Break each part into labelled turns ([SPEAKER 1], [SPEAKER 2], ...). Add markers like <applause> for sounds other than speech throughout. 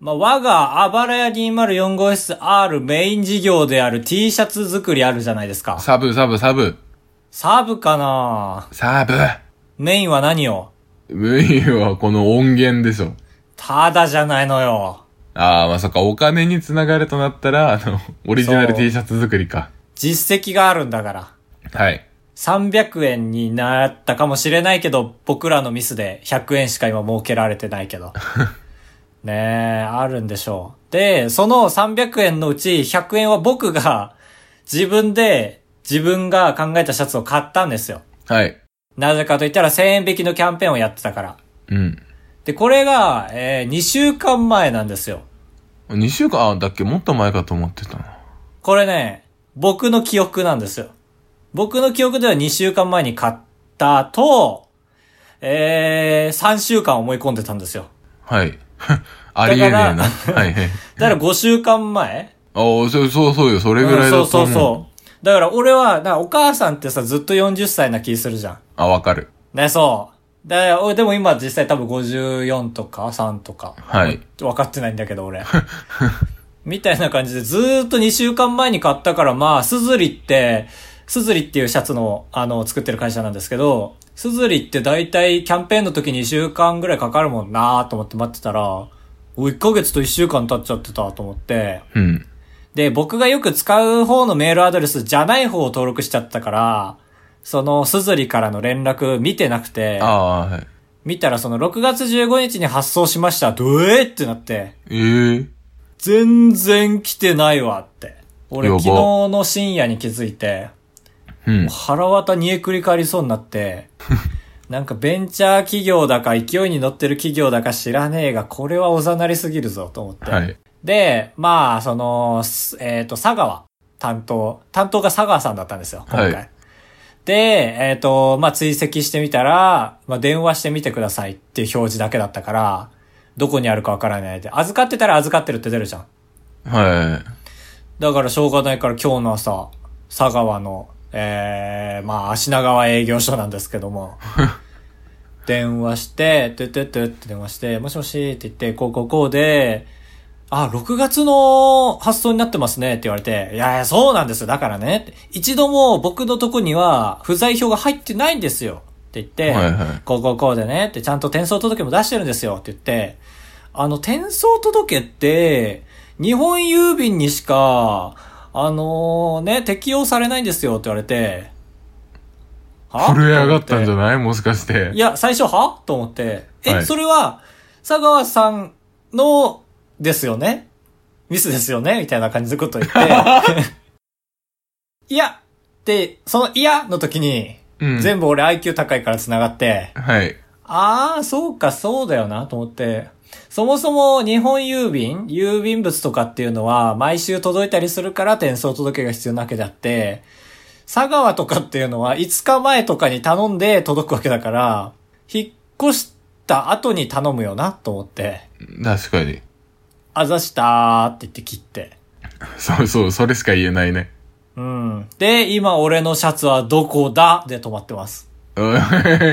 [SPEAKER 1] まあ、我があばらや204号室 R メイン事業である T シャツ作りあるじゃないですか。
[SPEAKER 2] サブ、サブ、サブ。
[SPEAKER 1] サブかな
[SPEAKER 2] サブ。
[SPEAKER 1] メインは何を
[SPEAKER 2] メインはこの音源でしょ。
[SPEAKER 1] ただじゃないのよ。
[SPEAKER 2] ああ、まあそっか、お金につながるとなったら、あの、オリジナル
[SPEAKER 1] そう
[SPEAKER 2] T シャツ作りか。
[SPEAKER 1] 実績があるんだから。
[SPEAKER 2] はい。
[SPEAKER 1] 300円になったかもしれないけど、僕らのミスで100円しか今儲けられてないけど。ねえ、あるんでしょう。で、その300円のうち100円は僕が自分で自分が考えたシャツを買ったんですよ。
[SPEAKER 2] はい。
[SPEAKER 1] なぜかと言ったら1000円引きのキャンペーンをやってたから。
[SPEAKER 2] うん。
[SPEAKER 1] で、これが、え2週間前なんですよ。
[SPEAKER 2] 2週間、あ、だっけもっと前かと思ってたな。
[SPEAKER 1] これね、僕の記憶なんですよ。僕の記憶では2週間前に買ったと、えー、3週間思い込んでたんですよ。
[SPEAKER 2] はい。 <laughs> ありえねえな。
[SPEAKER 1] だ
[SPEAKER 2] はいはい。
[SPEAKER 1] だから5週間前
[SPEAKER 2] ああ、そう、そうそうよ。それぐら
[SPEAKER 1] う
[SPEAKER 2] い
[SPEAKER 1] ん
[SPEAKER 2] だと思う。
[SPEAKER 1] そうそうそう。だから俺は、なお母さんってさ、ずっと40歳な気するじゃん。
[SPEAKER 2] あ、わかる。
[SPEAKER 1] ね、そう。で、俺でも今実際多分54とか3とか。
[SPEAKER 2] はい。
[SPEAKER 1] 分かってないんだけど俺。 <laughs> みたいな感じでずーっと2週間前に買ったからまあ、スズリって、スズリっていうシャツの、あの、作ってる会社なんですけど、スズリって大体キャンペーンの時2週間ぐらいかかるもんなーと思って待ってたら、お1ヶ月と1週間経っちゃってたと思って、
[SPEAKER 2] うん。
[SPEAKER 1] で、僕がよく使う方のメールアドレスじゃない方を登録しちゃったから、そのスズリからの連絡見てなくて
[SPEAKER 2] あ、あ、はい。
[SPEAKER 1] 見たらその6月15日に発送しました。どえーってなって、
[SPEAKER 2] ええ
[SPEAKER 1] 全然来てないわって。俺
[SPEAKER 2] やば
[SPEAKER 1] 昨日の深夜に気づいて、
[SPEAKER 2] うん。
[SPEAKER 1] 腹渡煮えくり返りそうにな
[SPEAKER 2] <laughs>
[SPEAKER 1] って、なんかベンチャー企業だか勢いに乗ってる企業だか知らねえが、これはおざなりすぎるぞと思って。
[SPEAKER 2] はい。
[SPEAKER 1] で、まあ、その、すえっ、と、佐川担当、担当が佐川さんだったんですよ、今回。
[SPEAKER 2] はい
[SPEAKER 1] で、えっ、と、まあ、追跡してみたら、まあ、電話してみてくださいっていう表示だけだったから、どこにあるかわからないで、預かってたら預かってるって出るじゃん。
[SPEAKER 2] はい。
[SPEAKER 1] だからしょうがないから今日の朝、佐川の、えー、まあ、足長川営業所なんですけど
[SPEAKER 2] <laughs>
[SPEAKER 1] も、電話して、てててって電話して、もしもしって言って、こうこうこうで、あ、6月の発送になってますねって言われて、いやいや、そうなんですよ。だからね、って一度も僕のとこには不在票が入ってないんですよって言って、
[SPEAKER 2] はいはい
[SPEAKER 1] こうこうこうでねってちゃんと転送届も出してるんですよって言って、あの、転送届って、日本郵便にしか、あのね、適用されないんですよって言われて、は
[SPEAKER 2] 震え上がったんじゃ
[SPEAKER 1] な
[SPEAKER 2] ないもしかして
[SPEAKER 1] い。や、最初はと思って、え、
[SPEAKER 2] はい
[SPEAKER 1] それは、佐川さんの、ですよねミスですよねみたいな感じのこと
[SPEAKER 2] <laughs>
[SPEAKER 1] 言って、いやで、そのいやの時に、
[SPEAKER 2] うん。
[SPEAKER 1] 全部俺 IQ 高いから繋がって、
[SPEAKER 2] はい。
[SPEAKER 1] ああ、そうか、そうだよな、と思って。そもそも日本郵便、郵便物とかっていうのは毎週届いたりするから転送届が必要なわけであって、佐川とかっていうのは5日前とかに頼んで届くわけだから、引っ越した後に頼むよな、と思って、
[SPEAKER 2] 確かに。
[SPEAKER 1] あざしたーって言って切って。
[SPEAKER 2] そうそう、それしか言えないね。 <laughs>
[SPEAKER 1] うん。で、今俺のシャツはどこだで止まってます。
[SPEAKER 2] お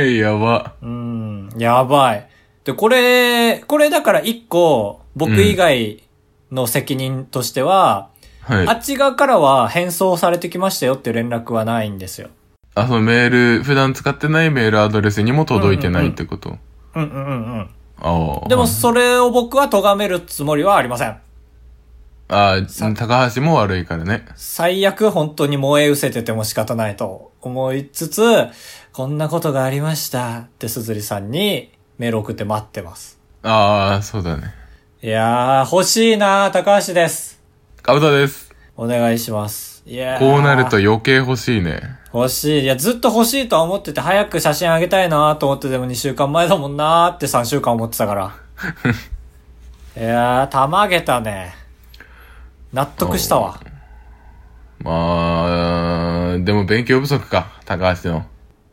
[SPEAKER 2] い、やば。
[SPEAKER 1] うん、やばい。で、これ、これだから一個、僕以外の責任としては、
[SPEAKER 2] はい
[SPEAKER 1] あ。っち側からは返送されてきましたよっていう連絡はないんですよ。
[SPEAKER 2] あ、そのメール、普段使ってないメールアドレスにも届いてないってこと。
[SPEAKER 1] うんうんうん
[SPEAKER 2] あ
[SPEAKER 1] う
[SPEAKER 2] あ。
[SPEAKER 1] ん。でも、それを僕は咎めるつもりはありません。
[SPEAKER 2] ああ、高橋も悪いからね。
[SPEAKER 1] 最悪本当に燃え失せてても仕方ないと思いつつ、こんなことがありましたって鈴木さんにメール送って待ってます。
[SPEAKER 2] ああ、そうだね。
[SPEAKER 1] いやー、欲しいなー、高橋です。
[SPEAKER 2] かぶとです。
[SPEAKER 1] お願いします。いやー
[SPEAKER 2] こうなると余計欲しいね。
[SPEAKER 1] 欲しい。いや、ずっと欲しいとは思ってて、早く写真あげたいなと思ってても2週間前だもんなーって3週間思ってた
[SPEAKER 2] <laughs>
[SPEAKER 1] から。いやー、たまげたね。納得したわ。
[SPEAKER 2] まあ、でも勉強不足か、高橋の。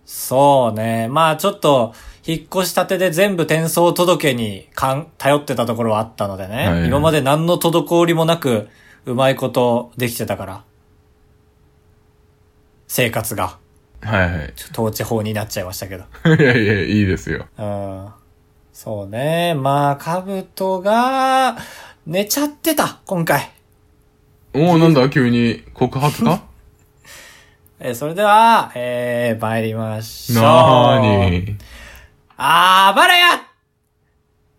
[SPEAKER 1] そうね。まあちょっと、引っ越したてで全部転送届にかん、頼ってたところはあったのでね。
[SPEAKER 2] はい
[SPEAKER 1] 今まで何の滞りもなく、うまいことできてたから。生活
[SPEAKER 2] <laughs>
[SPEAKER 1] が、
[SPEAKER 2] はいはい。
[SPEAKER 1] ちょっと統治法になっちゃいましたけど。
[SPEAKER 2] <laughs> いやいや、いいですよ。
[SPEAKER 1] うんそうね。まあ、カブトが、寝ちゃってた、今回。
[SPEAKER 2] おおなんだ急に告白か
[SPEAKER 1] えーそれでは、えー、参りましょう。
[SPEAKER 2] なーに
[SPEAKER 1] あばらや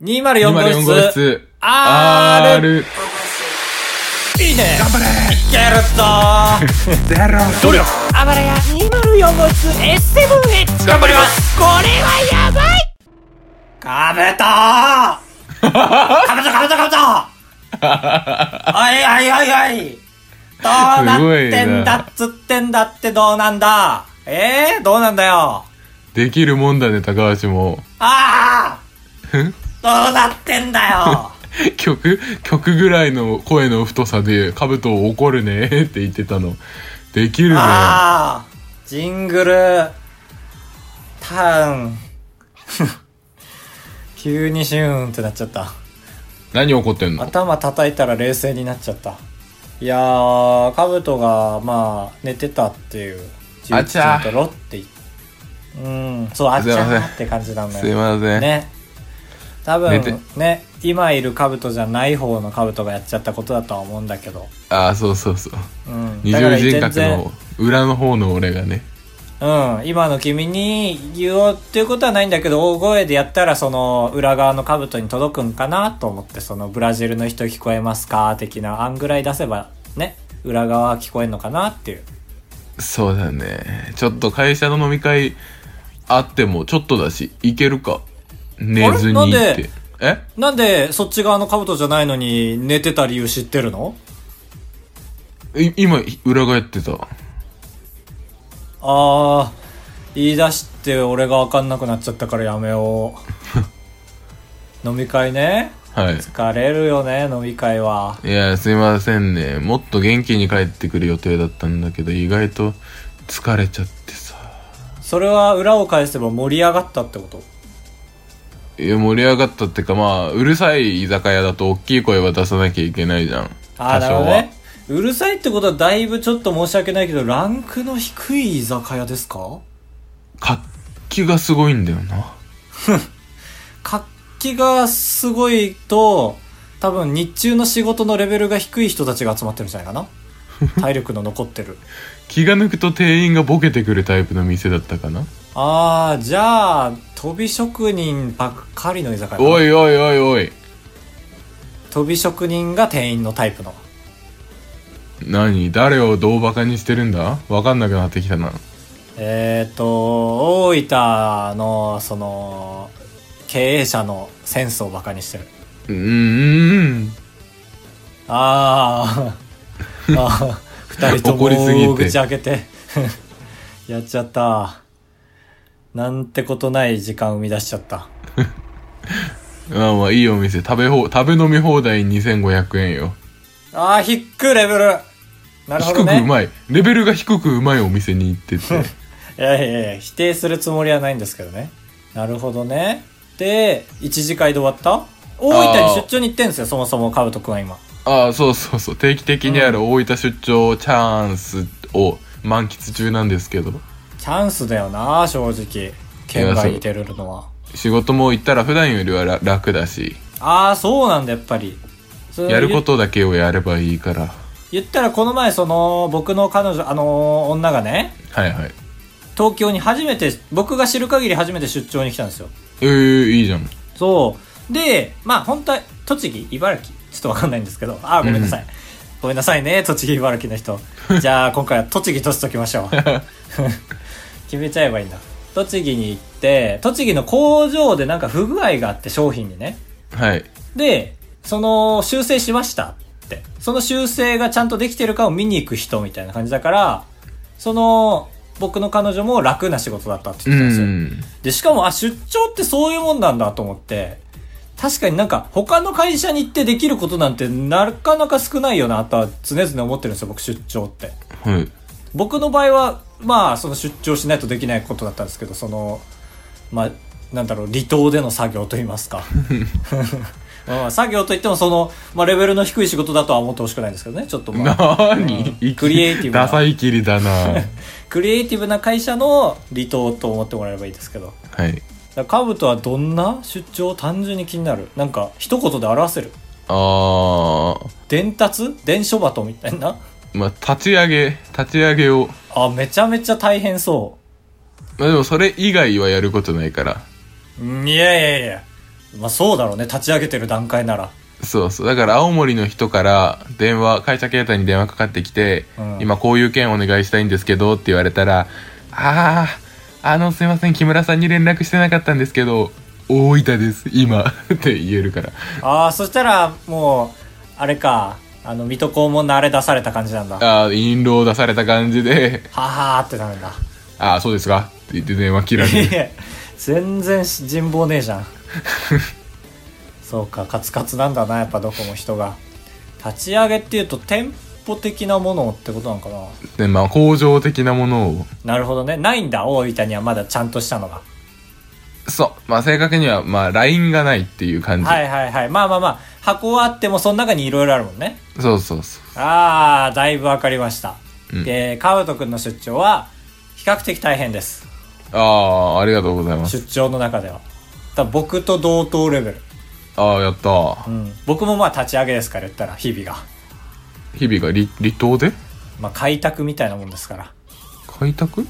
[SPEAKER 1] !204 号
[SPEAKER 2] 204号
[SPEAKER 1] 室。
[SPEAKER 2] 室
[SPEAKER 1] R
[SPEAKER 2] R
[SPEAKER 1] いいね頑張れいけるぞ
[SPEAKER 2] ゼロ
[SPEAKER 1] 努力あばらや204号室 S7H
[SPEAKER 2] 頑張ります
[SPEAKER 1] これはやばいかぶとーかぶとかぶとかぶとおいおいおいおいどうなってんだっつってんだってどうなんだえー、どうなんだよ
[SPEAKER 2] できるもんだね高橋も <laughs>
[SPEAKER 1] ああ
[SPEAKER 2] ん
[SPEAKER 1] どうなってんだよ
[SPEAKER 2] 曲曲ぐらいの声の太さで「カブトを怒るね」って言ってたのできるねは
[SPEAKER 1] ああジングル、ターン。 <laughs> 急にシューンってなっちゃった。
[SPEAKER 2] 何怒ってんの
[SPEAKER 1] 頭叩いたら冷静になっちゃった。いやー、カブトが、まあ、寝てたっていう。
[SPEAKER 2] あちゃー
[SPEAKER 1] 11とロって言っうん、そう、あちゃ
[SPEAKER 2] すいま
[SPEAKER 1] ー
[SPEAKER 2] せん
[SPEAKER 1] って感じなんだよ。
[SPEAKER 2] すいません、
[SPEAKER 1] ね多
[SPEAKER 2] 寝て
[SPEAKER 1] 分ね今いる兜じゃない方の兜がやっちゃったことだとは思うんだけど、
[SPEAKER 2] ああそうそうそ
[SPEAKER 1] う
[SPEAKER 2] う
[SPEAKER 1] ん、
[SPEAKER 2] 二
[SPEAKER 1] だから
[SPEAKER 2] 重
[SPEAKER 1] 全
[SPEAKER 2] 人
[SPEAKER 1] 然
[SPEAKER 2] 格の裏の方の俺がね
[SPEAKER 1] うん今の君に言おうっていうことはないんだけど大声でやったらその裏側の兜に届くんかなと思ってそのブラジルの人聞こえますか的なあんぐらい出せばね裏側は聞こえんのかなっていう
[SPEAKER 2] そうだねちょっと会社の飲み会あってもちょっとだしいけるか寝ずに
[SPEAKER 1] あれな
[SPEAKER 2] っ
[SPEAKER 1] んで
[SPEAKER 2] てえ
[SPEAKER 1] なんでそっち側の兜じゃないのに寝てた理由知ってるの
[SPEAKER 2] い今裏返ってた
[SPEAKER 1] あー言い出して俺が分かんなくなっちゃったからやめよう飲み会ね
[SPEAKER 2] はい
[SPEAKER 1] 疲れるよね飲み会はい
[SPEAKER 2] やすいませんねもっと元気に帰ってくる予定だったんだけど意外と疲れちゃってさ
[SPEAKER 1] それは裏を返せば盛り上がったってこと
[SPEAKER 2] いや盛り上がったってかまあうるさい居酒屋だと大きい声は出さなきゃいけないじゃん
[SPEAKER 1] ああ
[SPEAKER 2] 多
[SPEAKER 1] な
[SPEAKER 2] 少
[SPEAKER 1] るほど
[SPEAKER 2] は
[SPEAKER 1] ねうるさいってことはだいぶちょっと申し訳ないけどランクの低い居酒屋ですか
[SPEAKER 2] 活気がすごいんだよな
[SPEAKER 1] 活気がすごいと多分日中の仕事のレベルが低い人たちが集まってるんじゃないかな
[SPEAKER 2] <laughs>
[SPEAKER 1] 体力の残ってる
[SPEAKER 2] 気が抜くと店員がボケてくるタイプの店だったかな
[SPEAKER 1] ああじゃあ飛び職人ばっかりの居酒屋
[SPEAKER 2] おいおいおいおい
[SPEAKER 1] 飛び職人が店員のタイプの
[SPEAKER 2] 何誰をどうバカにしてるんだわかんなくなってきたな
[SPEAKER 1] えっ、ー、と大分のその経営者のセンスをバカにしてる
[SPEAKER 2] うんうん
[SPEAKER 1] あー <laughs> あー二人とも
[SPEAKER 2] 怒りすぎて
[SPEAKER 1] 大口開けて <laughs> やっちゃったなんてことない時間生み出しちゃった
[SPEAKER 2] まあまあいいお店食べほ食べ飲み放題2500円よ
[SPEAKER 1] ああ低くレベルなるほ
[SPEAKER 2] 低
[SPEAKER 1] ど
[SPEAKER 2] く
[SPEAKER 1] ね
[SPEAKER 2] うまいレベルが低くうまいお店に行ってて
[SPEAKER 1] いやいやいや、否定するつもりはないんですけどね。なるほどね。で、一次会で終わった大分に出張に行ってんですよ、そもそも、カブトくんは今。
[SPEAKER 2] ああそうそうそう定期的にある大分出張チャンスを満喫中なんですけど
[SPEAKER 1] チャンスだよな、正直。県外に出れるのは。
[SPEAKER 2] 仕事も行ったら普段よりはら楽だし
[SPEAKER 1] ああ、そうなんだ、やっぱり。それ
[SPEAKER 2] やることだけをやればいいから
[SPEAKER 1] 言ったら、この前、その、僕の彼女、あのー女がね、
[SPEAKER 2] はいはい
[SPEAKER 1] 東京に初めて、僕が知る限り初めて出張に来たんですよ。
[SPEAKER 2] えー、いいじゃん
[SPEAKER 1] そう。で、まあ本当は、栃木、茨城、ちょっとわかんないんですけど、あー、ごめんなさい。ごめんなさいね、栃木、茨城の <laughs> 人。じゃあ今回は栃木としときまし <laughs> ょう。決めちゃえばいいんだ。栃木に行って、栃木の工場でなんか不具合があって商品にね。
[SPEAKER 2] はい
[SPEAKER 1] で、その修正しましたって。その修正がちゃんとできてるかを見に行く人みたいな感じだから、その、僕の彼女も楽な仕事だったって
[SPEAKER 2] う
[SPEAKER 1] 言ってたんですよ。
[SPEAKER 2] ん
[SPEAKER 1] で、しかも、あ、出張ってそういうもんなんだと思って、確かになんか他の会社に行ってできることなんてなかなか少ないよなとは常々思ってるんですよ、僕出張って。
[SPEAKER 2] はい
[SPEAKER 1] 僕の場合は、まあ、その出張しないとできないことだったんですけど、その、まあ、なんだろう、離島での作業と言いますか。まあ作業といってもその、まあ、レベルの低い仕事だとは思ってほしくないんですけどね、ちょっとまあ。
[SPEAKER 2] なーに、いき
[SPEAKER 1] クリエイティブな
[SPEAKER 2] <laughs> ダサいきりだ
[SPEAKER 1] <laughs>
[SPEAKER 2] な
[SPEAKER 1] クリエイティブな会社の離島と思ってもらえればいいですけど。
[SPEAKER 2] はい
[SPEAKER 1] だからカブトはどんな出張単純に気になるなんか一言で表せる
[SPEAKER 2] あー
[SPEAKER 1] 伝達伝書鳩みたいな。
[SPEAKER 2] まあ、立ち上げ、立ち上げを。
[SPEAKER 1] あ、めちゃめちゃ大変そ
[SPEAKER 2] まあでもそれ以外はやることないから。
[SPEAKER 1] う。うんいやいやいや。まあそうだろうね。立ち上げてる段階なら。
[SPEAKER 2] そうそう。だから青森の人から電話、会社携帯に電話かかってきて、
[SPEAKER 1] うん
[SPEAKER 2] 今こういう件お願いしたいんですけどって言われたら、あー、あのすいません、木村さんに連絡してなかったんですけど、大分です、今 <laughs> って言えるから。
[SPEAKER 1] ああ、そしたらもう、あれか。あの、水戸黄門のあれ出された感じなんだ。は
[SPEAKER 2] あー、印籠を出された感じで、 <laughs>
[SPEAKER 1] はーってなるんだ。
[SPEAKER 2] あー、そうですかって言って電話切られ
[SPEAKER 1] い <laughs>
[SPEAKER 2] る。
[SPEAKER 1] や全然し人望ねえじ
[SPEAKER 2] <laughs>
[SPEAKER 1] ゃんそうかカツカツなんだなやっぱどこも人が立ち上げっていうと店舗的なものってことなのかな
[SPEAKER 2] で、まあ、工場的なものを、
[SPEAKER 1] なるほどねないんだ大分にはまだちゃんとしたのが
[SPEAKER 2] そう、まあ、正確には、まあ、LINE がないっていう感じ。
[SPEAKER 1] はいはいはいまあまあまあ箱はあってもその中にいろいろあるもんね
[SPEAKER 2] そうそうそう。
[SPEAKER 1] ああだいぶ分かりました、
[SPEAKER 2] うん
[SPEAKER 1] でカウト君の出張は比較的大変です
[SPEAKER 2] ああ、ありがとうございます。
[SPEAKER 1] 出張の中では多分僕と同等レベル、
[SPEAKER 2] ああ、やった
[SPEAKER 1] う。ん、僕もまあ立ち上げですから言ったら日々が
[SPEAKER 2] 日々が離離島で
[SPEAKER 1] まあ、開拓みたいなもんですから、
[SPEAKER 2] 開拓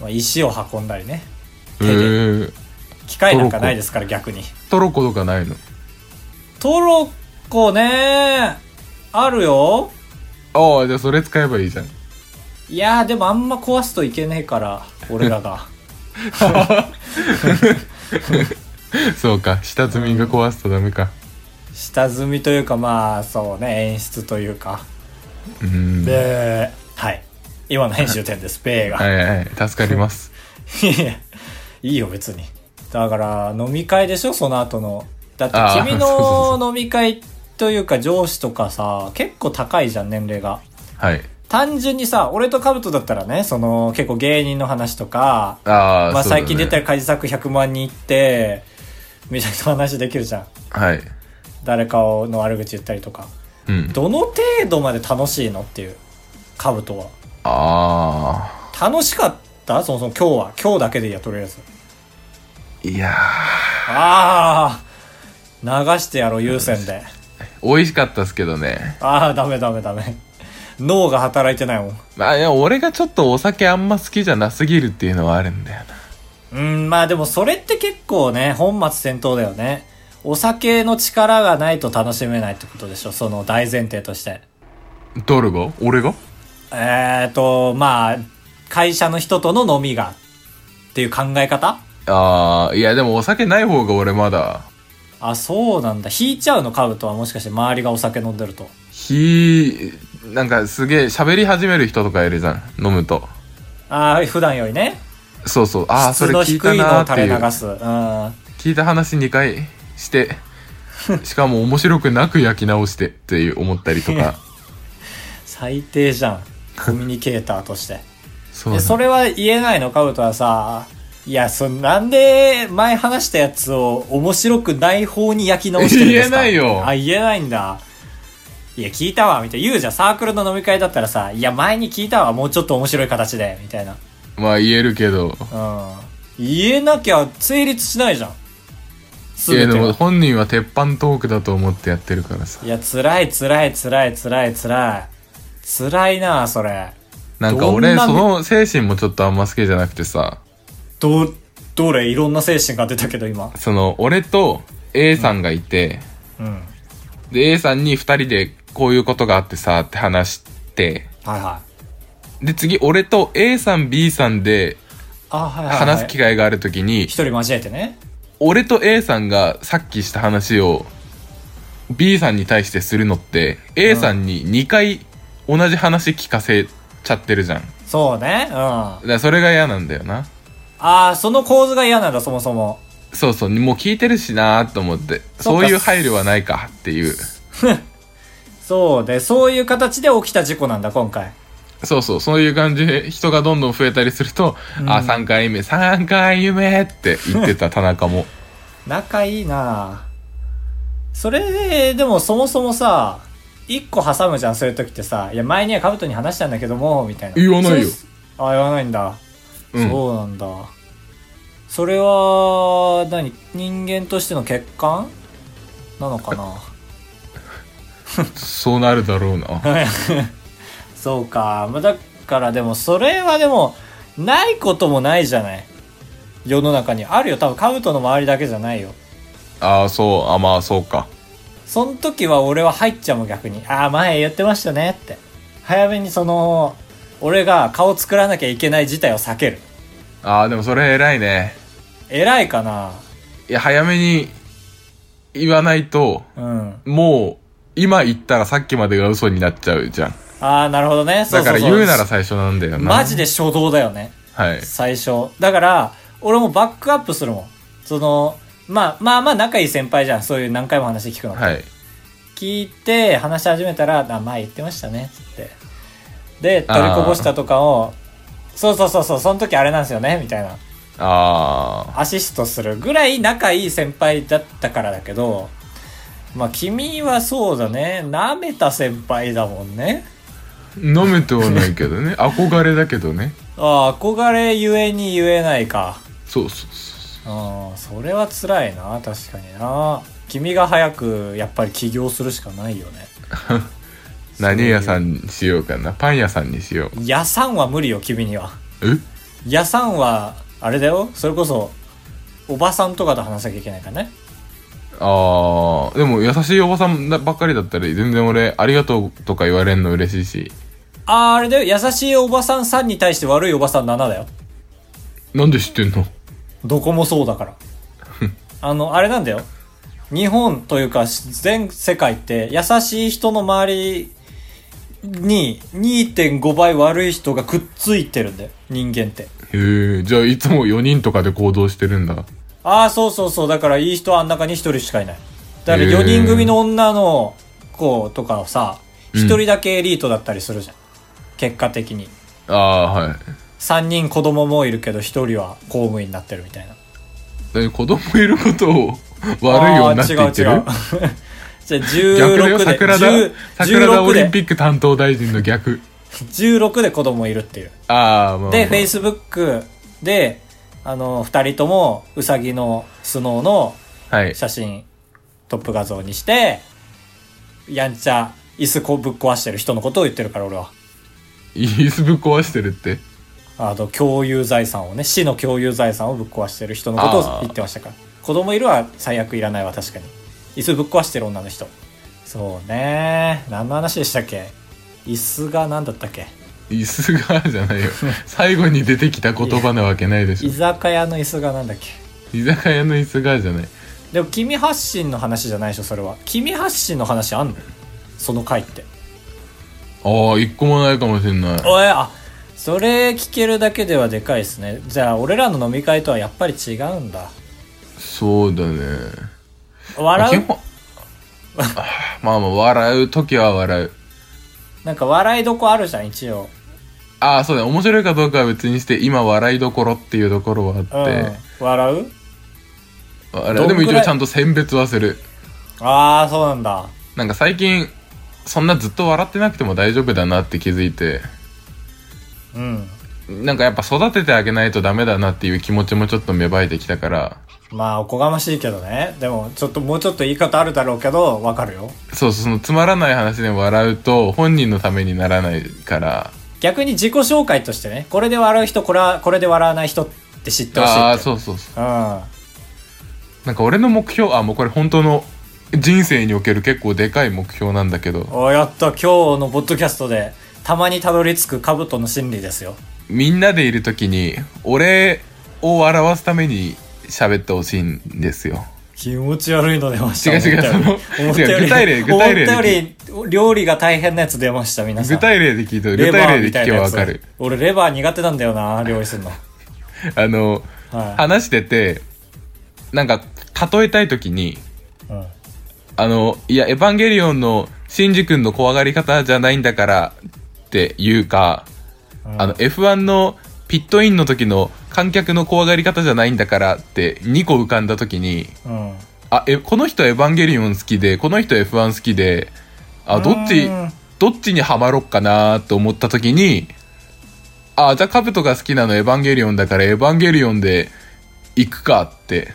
[SPEAKER 1] まあ、石を運んだりね
[SPEAKER 2] え
[SPEAKER 1] 手
[SPEAKER 2] え
[SPEAKER 1] で
[SPEAKER 2] ー、
[SPEAKER 1] 機械なんかないですから逆に
[SPEAKER 2] トロッコとかないの
[SPEAKER 1] トロッコねあるよ
[SPEAKER 2] ああ、じゃあそれ使えばい <laughs> いじゃん。
[SPEAKER 1] いやーでもあんま壊すといけねえから俺ら
[SPEAKER 2] <laughs>
[SPEAKER 1] が
[SPEAKER 2] そうか、下積みが壊すとダメか。
[SPEAKER 1] 下積みというかまあそうね演出というか
[SPEAKER 2] うーん。は
[SPEAKER 1] ではい今の編集点ですベーが、
[SPEAKER 2] いはい、助か
[SPEAKER 1] <laughs>
[SPEAKER 2] ります。
[SPEAKER 1] いや <laughs> いいよ別にだから飲み会でしょその後のだ
[SPEAKER 2] あ
[SPEAKER 1] っ
[SPEAKER 2] ー
[SPEAKER 1] て君
[SPEAKER 2] そうそう
[SPEAKER 1] の飲み会というか上司とかさ結構高いじゃん年齢が
[SPEAKER 2] はい。
[SPEAKER 1] 単純にさ俺とカブトだったらねその結構芸人の話とか
[SPEAKER 2] ああ、
[SPEAKER 1] まあ、
[SPEAKER 2] そうだね
[SPEAKER 1] 最近出たカジサク100万人行ってめちゃくちゃ話できるじゃん
[SPEAKER 2] はい。
[SPEAKER 1] 誰かの悪口言ったりとか
[SPEAKER 2] うん。
[SPEAKER 1] どの程度まで楽しいのっていうカブトは
[SPEAKER 2] あ
[SPEAKER 1] 楽しかったそもそも今日は今日だけでいいやとりあえず
[SPEAKER 2] あ、いや
[SPEAKER 1] ああ流してやろう優先で
[SPEAKER 2] ー、美味しかったっすけどね。
[SPEAKER 1] ああダメダメダメ脳が働いてないもん
[SPEAKER 2] まあ、いや、俺がちょっとお酒あんま好きじゃなすぎるっていうのはあるんだよな。
[SPEAKER 1] うんまあでもそれって結構ね本末転倒だよねお酒の力がないと楽しめないってことでしょその大前提として
[SPEAKER 2] 誰が俺が
[SPEAKER 1] えーとまあ会社の人との飲みがっていう考え方
[SPEAKER 2] ああ、いや、でもお酒ない方が俺まだ、
[SPEAKER 1] あそうなんだ引いちゃうのカブトはもしかして周りがお酒飲んでると
[SPEAKER 2] ひなんかすげえ喋り始める人とかいるじゃん飲むと
[SPEAKER 1] ああ普段よりね
[SPEAKER 2] そうそうああそ
[SPEAKER 1] 質
[SPEAKER 2] れ
[SPEAKER 1] の
[SPEAKER 2] 聞
[SPEAKER 1] 低
[SPEAKER 2] いた
[SPEAKER 1] いのを
[SPEAKER 2] なーって
[SPEAKER 1] 垂れ
[SPEAKER 2] いう
[SPEAKER 1] 流すうん
[SPEAKER 2] 聞いた話2回して
[SPEAKER 1] <laughs>
[SPEAKER 2] しかも面白くなく焼き直してっていう思ったりとか
[SPEAKER 1] 最低じゃんコミュニケーターとして
[SPEAKER 2] そう
[SPEAKER 1] え
[SPEAKER 2] だ
[SPEAKER 1] それは言えないのカブトはさいやそなんで前話したやつを面白くない方に焼き直してるんですか
[SPEAKER 2] 言えないよ
[SPEAKER 1] あ言えないんだいや聞いたわみたいな言うじゃんサークルの飲み会だったらさいや前に聞いたわもうちょっと面白い形でみたいな
[SPEAKER 2] まあ言えるけど
[SPEAKER 1] うん言えなきゃ成立しないじゃん
[SPEAKER 2] いや
[SPEAKER 1] 全
[SPEAKER 2] で
[SPEAKER 1] て
[SPEAKER 2] も
[SPEAKER 1] は
[SPEAKER 2] 本人は鉄板トークだと思ってやってるからさ
[SPEAKER 1] いや辛い辛い辛い辛い辛い辛いなそれ
[SPEAKER 2] なんか
[SPEAKER 1] どん
[SPEAKER 2] 俺
[SPEAKER 1] な
[SPEAKER 2] その精神もちょっとあんま好きじゃなくてさ
[SPEAKER 1] どどれいろんな精神が出たけど今
[SPEAKER 2] その俺と A さんがいて、
[SPEAKER 1] うんはい
[SPEAKER 2] で A さんに2人でこういうことがあってさって話して
[SPEAKER 1] はい
[SPEAKER 2] で、次、俺と A さん、B さんで
[SPEAKER 1] あはいはい、はい、
[SPEAKER 2] 話す機会があるときに、
[SPEAKER 1] 一人交えてね
[SPEAKER 2] 俺と A さんがさっきした話を B さんに対してするのって、A さんに2回同じ話聞かせちゃってるじゃん。だか
[SPEAKER 1] そうねうんあ
[SPEAKER 2] らそれが嫌なんだよな。
[SPEAKER 1] あーその構図が嫌なんだそもそも
[SPEAKER 2] そうそう、もう聞いてるしなーと思って、
[SPEAKER 1] そ
[SPEAKER 2] そうう
[SPEAKER 1] か
[SPEAKER 2] いう配慮はないかっていう。
[SPEAKER 1] そうでそういう形で起きた事故なんだ今回
[SPEAKER 2] そうそう、そういう感じで人がどんどん増えたりすると、
[SPEAKER 1] うん
[SPEAKER 2] あ、3回目、3回目って言ってた田中も。
[SPEAKER 1] 仲いいなそれでもそもそもさ一個挟むじゃんそういう時ってさ「いや前にはカブトに話したんだけども」みたいな
[SPEAKER 2] 言わないよ
[SPEAKER 1] それあ言わないんだ、
[SPEAKER 2] うん
[SPEAKER 1] そうなんだそれは何人間としての欠陥なのかな
[SPEAKER 2] そうなるだろうな。
[SPEAKER 1] <laughs> そうか。まあだからでも、それはでも、ないこともないじゃない。世の中に。あるよ。多分、カブトの周りだけじゃないよ。
[SPEAKER 2] ああ、そう、あ、まあ、そうか。
[SPEAKER 1] その時は俺は入っちゃうもん逆に。ああ、前言ってましたねって。早めにその、俺が顔作らなきゃいけない事態を避ける。
[SPEAKER 2] ああ、でもそれ偉いね。
[SPEAKER 1] 偉いかない
[SPEAKER 2] や、早めに言わないと、
[SPEAKER 1] うん。
[SPEAKER 2] もう、今言ったらさっきまでが嘘になっちゃうじゃん。
[SPEAKER 1] ああ、なるほどね。そ
[SPEAKER 2] だ
[SPEAKER 1] うそ
[SPEAKER 2] か
[SPEAKER 1] う
[SPEAKER 2] ら
[SPEAKER 1] そう
[SPEAKER 2] 言うなら最初なんだよな。
[SPEAKER 1] マジで初動だよね。
[SPEAKER 2] はい。
[SPEAKER 1] 最初。だから、俺もバックアップするもん。その、まあまあまあ仲いい先輩じゃん。そういう何回も話聞くの。
[SPEAKER 2] はい。
[SPEAKER 1] 聞いて話し始めたら、あ、前言ってましたね、つって。で、取りこぼしたとかを、そうそうそうそう、その時あれなんですよね、みたいな。
[SPEAKER 2] あ
[SPEAKER 1] アシストするぐらい仲いい先輩だったからだけど、まあ君はそうだね、舐めた先輩だもんね。
[SPEAKER 2] あ、飲めてはないけ
[SPEAKER 1] <laughs>
[SPEAKER 2] どね。憧れだけどね。
[SPEAKER 1] ああ、憧れゆえに言えないか。
[SPEAKER 2] そうそうそう
[SPEAKER 1] うん、それは辛いな、確かにな。君が早く、やっぱり起業するしかないよね。
[SPEAKER 2] そう。 <laughs> 何屋さんにしようかな。パン屋さんにしよ
[SPEAKER 1] 野産は無理よ、君には。
[SPEAKER 2] う。え
[SPEAKER 1] 野産は、あれだよ、それこそ、おばさんとかと話さなきゃいけないからね。
[SPEAKER 2] ああ、でも優しいおばさんばっかりだったら全然俺、ありがとうとか言われんの嬉しいし。
[SPEAKER 1] ああ、あれだよ、優しいおばさん3に対して悪いおばさん7だよ。
[SPEAKER 2] なんで知ってんの
[SPEAKER 1] どこもそうだから。あの、あれなんだよ。日本というか、全世界って、優しい人の周りに2.5倍悪い人がくっついてるんだよ。人間って。
[SPEAKER 2] へえ、じゃあいつも4人とかで行動してるんだ。
[SPEAKER 1] ああ、そうそうそう。だから、いい人はあん中に1人しかいない。だから、
[SPEAKER 2] へー
[SPEAKER 1] 4人組の女の子とかをさ、
[SPEAKER 2] うん
[SPEAKER 1] 1人だけエリートだったりするじゃん。結果的に。
[SPEAKER 2] ああ、はい。
[SPEAKER 1] 3人子供もいるけど、1人は公務員になってるみたいな。
[SPEAKER 2] だって子供いることを悪いようになって言ってる
[SPEAKER 1] あー違う違う。 <laughs> じゃあ
[SPEAKER 2] 逆だよ、
[SPEAKER 1] 16で、
[SPEAKER 2] 桜田
[SPEAKER 1] 10。
[SPEAKER 2] 桜田オリン
[SPEAKER 1] 16
[SPEAKER 2] ピ
[SPEAKER 1] で、
[SPEAKER 2] ック担当大臣の逆。
[SPEAKER 1] 16で子供いるっていう。
[SPEAKER 2] ああ、まあ、
[SPEAKER 1] で、
[SPEAKER 2] まあ
[SPEAKER 1] Facebook で、あの、二人とも、うさぎのスノーの
[SPEAKER 2] はい。
[SPEAKER 1] 写真、トップ画像にして、やんちゃ、椅子こぶっ壊してる人のことを言ってるから、俺は。
[SPEAKER 2] イギリスぶっ壊してるって。
[SPEAKER 1] あの、共有財産をね、市の共有財産をぶっ壊してる人のことを言ってましたから。子供いるは最悪いらないわ、確かに。椅子ぶっ壊してる女の人。そうね何の話でしたっけ椅子が何だったっけ
[SPEAKER 2] 椅子がじゃない
[SPEAKER 1] <laughs>
[SPEAKER 2] よ。最後に出てきた言葉なわけないでし
[SPEAKER 1] 居
[SPEAKER 2] ょ。
[SPEAKER 1] 酒屋の椅子が何だっけ
[SPEAKER 2] 居酒屋の椅子がじゃない。
[SPEAKER 1] でも君発信の話じゃないでしょ、それは。君発信の話あんのその回って。
[SPEAKER 2] ああ、一個もないかもしれない。
[SPEAKER 1] おい、あ、それ聞けるだけではでかいですね。じゃあ、俺らの飲み会とはやっぱり違うんだ。
[SPEAKER 2] そうだね。
[SPEAKER 1] 笑
[SPEAKER 2] あ
[SPEAKER 1] う
[SPEAKER 2] 基本あーまあまあ、笑う時は笑う。
[SPEAKER 1] なんか笑いどこあるじゃん、一応。
[SPEAKER 2] ああ、そうだ、面白いかどうかは別にして、今笑いどころっていうところはあっ
[SPEAKER 1] う
[SPEAKER 2] て、
[SPEAKER 1] ん。笑うど
[SPEAKER 2] あ
[SPEAKER 1] ん
[SPEAKER 2] れでも
[SPEAKER 1] く
[SPEAKER 2] 一
[SPEAKER 1] らい
[SPEAKER 2] 応ちゃんと選別はする。
[SPEAKER 1] ああ、そうなんだ。
[SPEAKER 2] なんか最近、そんなずっと笑ってなくても大丈夫だなって気づいて、
[SPEAKER 1] うん。
[SPEAKER 2] なんかやっぱ育ててあげないとダメだなっていう気持ちもちょっと芽生えてきたから、
[SPEAKER 1] まあ、おこがましいけどね。でも、ちょっと、もうちょっと言い方あるだろうけど、わかるよ。
[SPEAKER 2] そうそう、そのつまらない話で笑うと本人のためにならないから、
[SPEAKER 1] 逆に自己紹介としてね、これで笑う人、これは、これで笑わない人って知ってほしいって。
[SPEAKER 2] ああ、
[SPEAKER 1] う。
[SPEAKER 2] そうそうそう。
[SPEAKER 1] うん。
[SPEAKER 2] なんか俺の目標、あ、もうこれ本当の人生における結構でかい目標なんだけど、
[SPEAKER 1] おやった、今日のポッドキャストで、たまにたどり着く兜の心理ですよ。
[SPEAKER 2] みんなでいる時に俺を笑わすために喋ってほしいんですよ
[SPEAKER 1] 気持ち悪いの出ました。
[SPEAKER 2] 違う違うその
[SPEAKER 1] 思ったより
[SPEAKER 2] 違う具体例具体
[SPEAKER 1] 思
[SPEAKER 2] 例
[SPEAKER 1] ったより、料理が大変なやつ出ました、皆さん。
[SPEAKER 2] 具体例で聞いて具
[SPEAKER 1] レバー
[SPEAKER 2] 体例
[SPEAKER 1] み
[SPEAKER 2] で
[SPEAKER 1] た
[SPEAKER 2] 聞
[SPEAKER 1] い
[SPEAKER 2] け
[SPEAKER 1] な
[SPEAKER 2] ば
[SPEAKER 1] や
[SPEAKER 2] わ
[SPEAKER 1] つ
[SPEAKER 2] かる
[SPEAKER 1] 俺、レバー苦手なんだよな、料理するの。
[SPEAKER 2] あの
[SPEAKER 1] は
[SPEAKER 2] 話しててなんか例えたい時に
[SPEAKER 1] い。うん
[SPEAKER 2] あのいやエヴァンゲリオンのシンジ君の怖がり方じゃないんだからっていうか
[SPEAKER 1] うん
[SPEAKER 2] あの F1 のピットインの時の観客の怖がり方じゃないんだからって2個浮かんだ時に
[SPEAKER 1] うん。
[SPEAKER 2] あ、え、この人エヴァンゲリオン好きで、この人 F1 好きで、あ、どっ
[SPEAKER 1] う
[SPEAKER 2] ち
[SPEAKER 1] ーん、
[SPEAKER 2] どっちにハマろっかなと思った時に、あ、じゃあカブトが好きなのエヴァンゲリオンだからエヴァンゲリオンで行くかって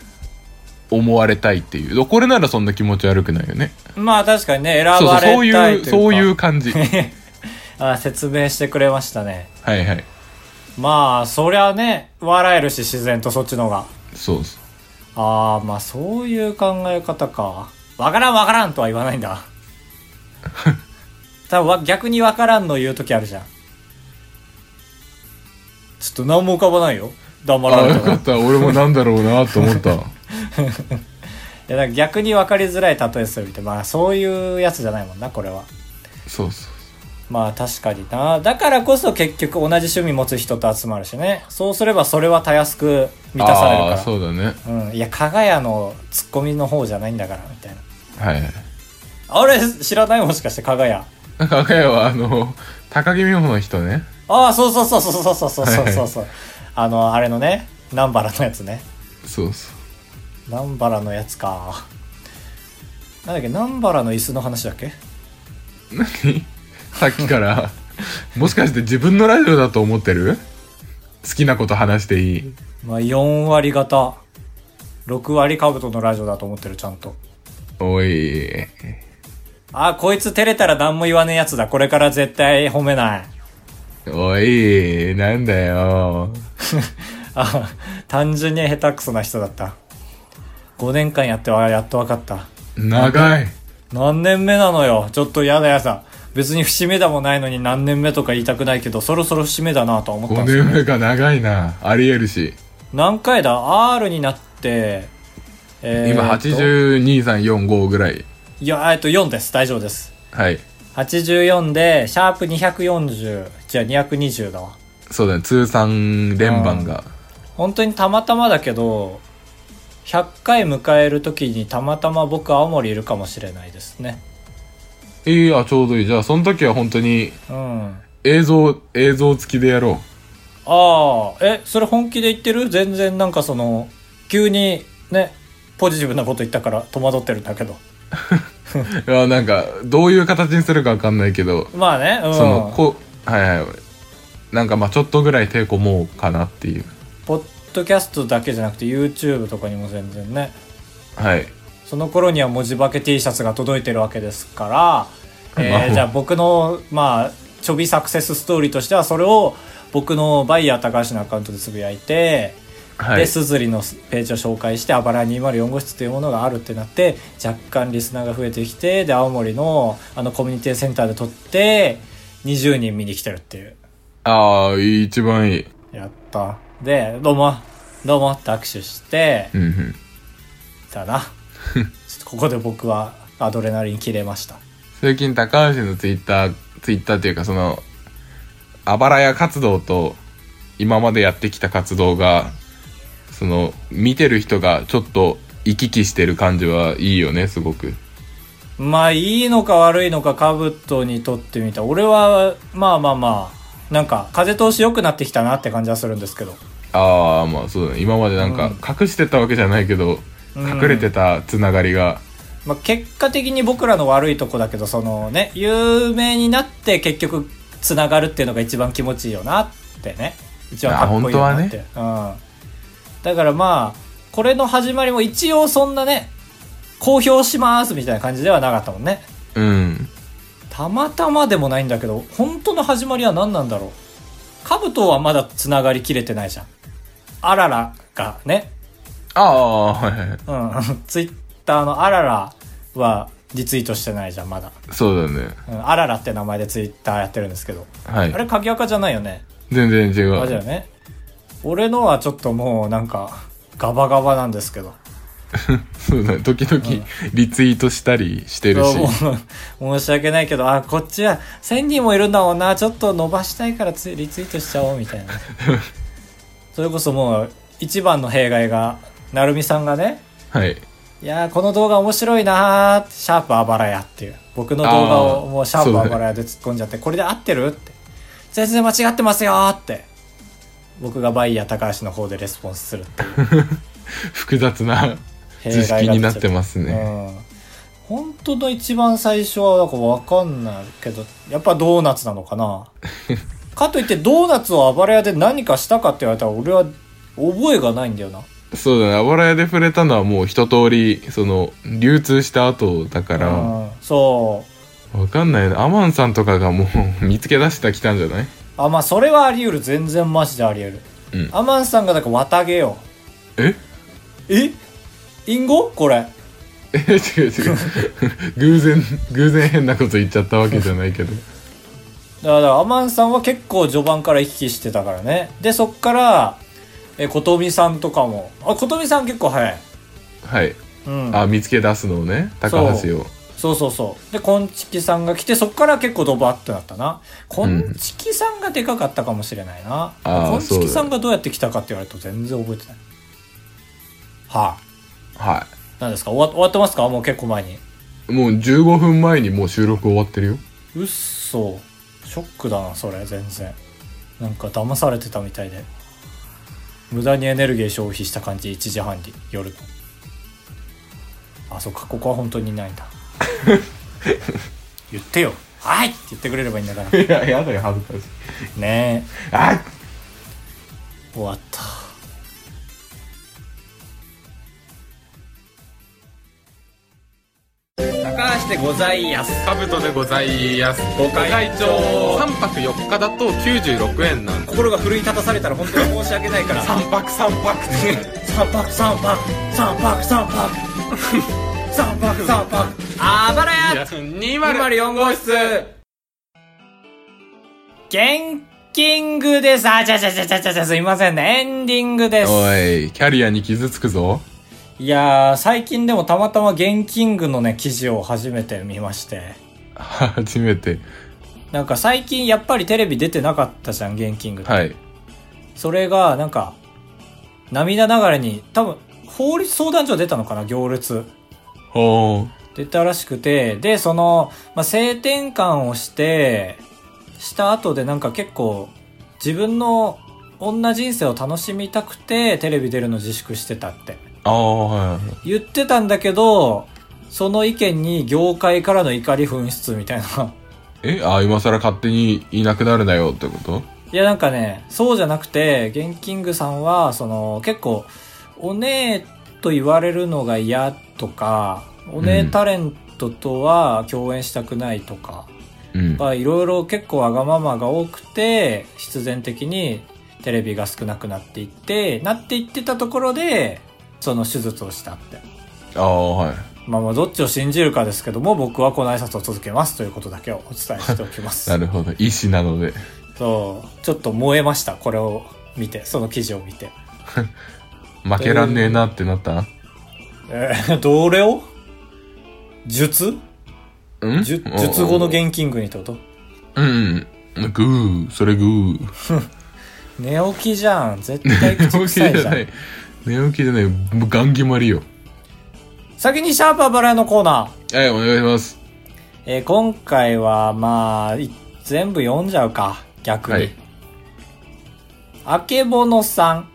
[SPEAKER 2] 思われたいっていう。これならそんな気持ち悪くないよね。
[SPEAKER 1] まあ確かにね、選ば
[SPEAKER 2] そうそう、
[SPEAKER 1] れたい
[SPEAKER 2] そ
[SPEAKER 1] と
[SPEAKER 2] う
[SPEAKER 1] いうか
[SPEAKER 2] い
[SPEAKER 1] <laughs>
[SPEAKER 2] う、そういう感じ。はい
[SPEAKER 1] あ説明してくれましたね。
[SPEAKER 2] はい。
[SPEAKER 1] まあ、そりゃね、笑えるし、自然とそっちの方が。
[SPEAKER 2] そうそう。
[SPEAKER 1] ああ、まあそういう考え方か。わからんわからんとは言わないん
[SPEAKER 2] <laughs>
[SPEAKER 1] だ。多分わ逆にわからんの言う時あるじゃん。ちょっと何も浮かばないよ。黙
[SPEAKER 2] あ
[SPEAKER 1] られ
[SPEAKER 2] あ、よ
[SPEAKER 1] たか。
[SPEAKER 2] から <laughs>
[SPEAKER 1] い
[SPEAKER 2] った。俺もなんだろうなと思った。
[SPEAKER 1] やなんか逆にわかりづらい例えするみたいな。まあそういうやつじゃないもんな、これは。
[SPEAKER 2] そうそう。
[SPEAKER 1] まあ確かにな。だからこそ結局同じ趣味持つ人と集まるしね。そうすればそれはたやすく <laughs> 満たされる
[SPEAKER 2] あ
[SPEAKER 1] か
[SPEAKER 2] あ、
[SPEAKER 1] ら。
[SPEAKER 2] そうだね。
[SPEAKER 1] うん。いや、加賀屋のツッコミの方じゃないんだから、みたいな。
[SPEAKER 2] はいはい。
[SPEAKER 1] あれ知らないもしかして加賀屋。
[SPEAKER 2] なんか赤谷はあの、高木美帆の人ね。
[SPEAKER 1] ああ、そうそうそうそうそうそうそうそうそうそう。あの、あれのね、南原のやつね。
[SPEAKER 2] そうそう。
[SPEAKER 1] 南原のやつか。なんだっけ、南原の椅子の話だっけ
[SPEAKER 2] 何さっきから、もしかして自分のラジオだと思ってる好きなこと話していい。
[SPEAKER 1] まあ、4割型。6割カブトのラジオだと思ってる、ちゃんと。
[SPEAKER 2] おい。
[SPEAKER 1] ああ、こいつ照れたら何も言わねえやつだ。これから絶対褒めない。 <laughs>
[SPEAKER 2] おい、なんだよ。
[SPEAKER 1] あ単純に下手くそな人だった。5年間やってはやっと分かった。
[SPEAKER 2] 長い。
[SPEAKER 1] 何年目なのよ。ちょっとやだやだ。別に節目だもないのに何年目とか言いたくないけど、そろそろ節目だなとは思った
[SPEAKER 2] 5
[SPEAKER 1] んですよ、
[SPEAKER 2] 年
[SPEAKER 1] ね。
[SPEAKER 2] 目が長いな。ありえるし。
[SPEAKER 1] 何回だ ?R になって、えー
[SPEAKER 2] 今、
[SPEAKER 1] と。
[SPEAKER 2] 82345ぐらい。
[SPEAKER 1] いや、えっと、4です。大丈夫です。
[SPEAKER 2] はい。
[SPEAKER 1] 84で、シャープ240、じゃあ220だわ。
[SPEAKER 2] そうだね。通算連番が。
[SPEAKER 1] 本当にたまたまだけど、100回迎える時にたまたま僕青森いるかもしれないですね。
[SPEAKER 2] いや、ちょうどいい。じゃあ、その時は本当に
[SPEAKER 1] うん。
[SPEAKER 2] 映像、映像付きでやろ
[SPEAKER 1] ああ、え、それ本気で言ってる全然なんかその、急にね、ポジティブなこと言ったから戸惑ってるんだけど。
[SPEAKER 2] う。いや、なんか、どういう形にするかわかんないけど、
[SPEAKER 1] まあね、うん。
[SPEAKER 2] その、こう、はいはい。なんか、まあちょっとぐらい手こもうかなっていう。
[SPEAKER 1] ポッドキャストだけじゃなくて YouTube とかにも全然ね。
[SPEAKER 2] はい。
[SPEAKER 1] その頃には文字化け T シャツが届いてるわけですから、
[SPEAKER 2] ま
[SPEAKER 1] えー
[SPEAKER 2] あ
[SPEAKER 1] じゃあ僕の、まあ、ちょびサクセスストーリーとしては、それを僕のバイヤー高橋のアカウントでつぶやいて、
[SPEAKER 2] は
[SPEAKER 1] で、
[SPEAKER 2] い。
[SPEAKER 1] すずりのページを紹介して、あばら204号室というものがあるってなって、若干リスナーが増えてきて、で、青森のあのコミュニティセンターで撮って、20人見に来てるっていう。
[SPEAKER 2] ああ、いい一番いい。
[SPEAKER 1] やった。で、どうも、どうもって握手して
[SPEAKER 2] う、んうん。
[SPEAKER 1] だ
[SPEAKER 2] <laughs>
[SPEAKER 1] な。ちょっとここで僕はアドレナリン切れました。
[SPEAKER 2] 最近高橋のツイッターツイッターっていうかそのあばらや活動と今までやってきた活動がその見てる人がちょっと行き来してる感じはいいよねすごく
[SPEAKER 1] まあいいのか悪いのかカブトにとってみた俺はまあまあまあなんか風通し良くなってきたなって感じはするんですけど
[SPEAKER 2] ああまあそうだね今までなんか隠してたわけじゃないけど、
[SPEAKER 1] うん
[SPEAKER 2] 隠れてたつながりが
[SPEAKER 1] まあ、結果的に僕らの悪いとこだけどそのね有名になって結局つながるっていうのが一番気持ちいいよなってね一番かっこいいよなって、うん、だからまあこれの始まりも一応そんなね公表しますみたいな感じではなかったもんね
[SPEAKER 2] うん
[SPEAKER 1] たまたまでもないんだけど本当の始まりは何なんだろうカブトはまだつながりきれてないじゃんあららがね
[SPEAKER 2] ああはいはいはい
[SPEAKER 1] うん <laughs> ツイッターのあららはリツイートしてないじゃんまだ、
[SPEAKER 2] そうだね
[SPEAKER 1] うん、あららって名前でツイッターやってるんですけど
[SPEAKER 2] は
[SPEAKER 1] あ
[SPEAKER 2] い
[SPEAKER 1] れ鍵垢じゃないよね
[SPEAKER 2] 全然違
[SPEAKER 1] あれだよ
[SPEAKER 2] う
[SPEAKER 1] ね俺のはちょっともうなんかガバガバなんですけど
[SPEAKER 2] そうだね時々リツイートしたりしてるし、
[SPEAKER 1] そうもう申し <laughs> 訳ないけどあこっちは1000人もいるんだもんなちょっと伸ばしたいからつリツイートしちゃおうみ
[SPEAKER 2] <laughs>
[SPEAKER 1] たいなそれこそもう一番の弊害が成美さんがね
[SPEAKER 2] はい
[SPEAKER 1] 「いやーこの動画面白いなーって」シャープあばらや」っていう僕の動画
[SPEAKER 2] あ
[SPEAKER 1] を
[SPEAKER 2] ー
[SPEAKER 1] もうシャープあばらやで突っ込んじゃって「これで合ってる?」って「全然間違ってますよ」って僕がバイヤー高橋の方でレスポンスするって
[SPEAKER 2] <laughs>
[SPEAKER 1] いう
[SPEAKER 2] 複雑な図
[SPEAKER 1] 弊害
[SPEAKER 2] 式
[SPEAKER 1] が
[SPEAKER 2] に
[SPEAKER 1] 出ちゃ
[SPEAKER 2] な
[SPEAKER 1] っ
[SPEAKER 2] っててますね。
[SPEAKER 1] うん本当の一番最初はなんかわかんないけど、やっぱドーナツなのか
[SPEAKER 2] <laughs>
[SPEAKER 1] なかといってドーナツを暴れ屋で何かしたかって言われたら俺は覚えがないんだよな。
[SPEAKER 2] そうだね、あばら屋で触れたのはもう一通り、その、流通した後だから、わ
[SPEAKER 1] うん、そう。
[SPEAKER 2] かんないね。アマンさんとかがもう <laughs> 見つけ出してきたんじゃない
[SPEAKER 1] あ、まあ、それはあり得る。全然マジであり得る。
[SPEAKER 2] うん
[SPEAKER 1] アマンさんが、だから綿毛よ。
[SPEAKER 2] え <laughs>
[SPEAKER 1] え隠語これ。
[SPEAKER 2] え違う違
[SPEAKER 1] <laughs>
[SPEAKER 2] う。偶然、偶然変なこと言っちゃったわけじゃないけど。
[SPEAKER 1] だから、アマンさんは結構序盤から行き来してたからね。で、そっから、え、ことみさんとかも。あ、ことみさん結構早い。
[SPEAKER 2] はい。
[SPEAKER 1] うん。
[SPEAKER 2] あ、見つけ出すのをね、高橋を。
[SPEAKER 1] そうそうそう。で、こんちきさんが来て、そっから結構ドバッとなったな。こんちきさんがでかかったかもしれないな。
[SPEAKER 2] あー
[SPEAKER 1] こんちきさんがどうやって来たかって言われると全然覚えてない。は
[SPEAKER 2] は
[SPEAKER 1] あ、何ですか終わ終わってますかもう結構前に。
[SPEAKER 2] い。もう15分前にもう収録終わってるよ。
[SPEAKER 1] うっそ。ショックだな、それ、全然。なんか騙されてたみたいで。無駄にエネルギー消費した感じ、1時半に、夜の。あ、そっか、ここは本当にいないん
[SPEAKER 2] <laughs>
[SPEAKER 1] だ。言ってよ。はいって言ってくれればいいんだから。
[SPEAKER 2] いや、やだよ、恥ずかしい。
[SPEAKER 1] ね
[SPEAKER 2] あ
[SPEAKER 1] え、終わった。高橋でございやす。
[SPEAKER 2] カブトでございます。ご
[SPEAKER 1] 会長
[SPEAKER 2] 3泊4日だと96円なんで
[SPEAKER 1] 心が奮い立たされたら本当に申し訳ないから。
[SPEAKER 2] 3泊3泊って。
[SPEAKER 1] 三泊三泊三泊三泊 <laughs> 三泊三泊あばらや204号室現金グですあちゃちゃちゃちゃちゃちゃすいませんねエンディングです
[SPEAKER 2] おい、キャリアに傷つくぞ。
[SPEAKER 1] いやー最近でもたまたま現金グのね記事を初めて見まして
[SPEAKER 2] 初めて。
[SPEAKER 1] なんか最近やっぱりテレビ出てなかったじゃん現金グって
[SPEAKER 2] はい。
[SPEAKER 1] それがなんか涙ながらに多分法律相談所出たのかな行列
[SPEAKER 2] おー。
[SPEAKER 1] 出たらしくて、で、その、まあ、性転換をして、した後でなんか結構、自分の女人生を楽しみたくて、テレビ出るの自粛してたって。
[SPEAKER 2] ああ、はいはい。
[SPEAKER 1] 言ってたんだけど、その意見に業界からの怒り紛失みたいな。
[SPEAKER 2] えあ今更勝手にいなくなるなよってこと
[SPEAKER 1] いやなんかね、そうじゃなくて、ゲンキングさんは、その、結構、お姉と言われるのが嫌とか、お姉タレントとは共演したくないとか、
[SPEAKER 2] うん。
[SPEAKER 1] まあいろいろ結構わがままが多くて必然的にテレビが少なくなっていってなっていってたところでその手術をしたって
[SPEAKER 2] ああ、はい。
[SPEAKER 1] まあまあどっちを信じるかですけども僕はこの挨拶を続けますということだけをお伝えしておきます
[SPEAKER 2] <laughs> なるほど。医師なので。
[SPEAKER 1] そうちょっと燃えましたこれを見てその記事を見て
[SPEAKER 2] 負けらんねえなってなった、
[SPEAKER 1] えー、どれを術
[SPEAKER 2] ん
[SPEAKER 1] 術術後の
[SPEAKER 2] 原
[SPEAKER 1] 現金具にってこと
[SPEAKER 2] うん。うんグー、それグー。
[SPEAKER 1] 寝起きじゃん絶対口臭いじゃん
[SPEAKER 2] い。寝起きじゃない。もうガン決まりよ。
[SPEAKER 1] 先にシャープアバラヤのコーナー
[SPEAKER 2] はい、お願いします。
[SPEAKER 1] えー今回はまあい全部読んじゃうか逆に、
[SPEAKER 2] はい
[SPEAKER 1] あけぼのさん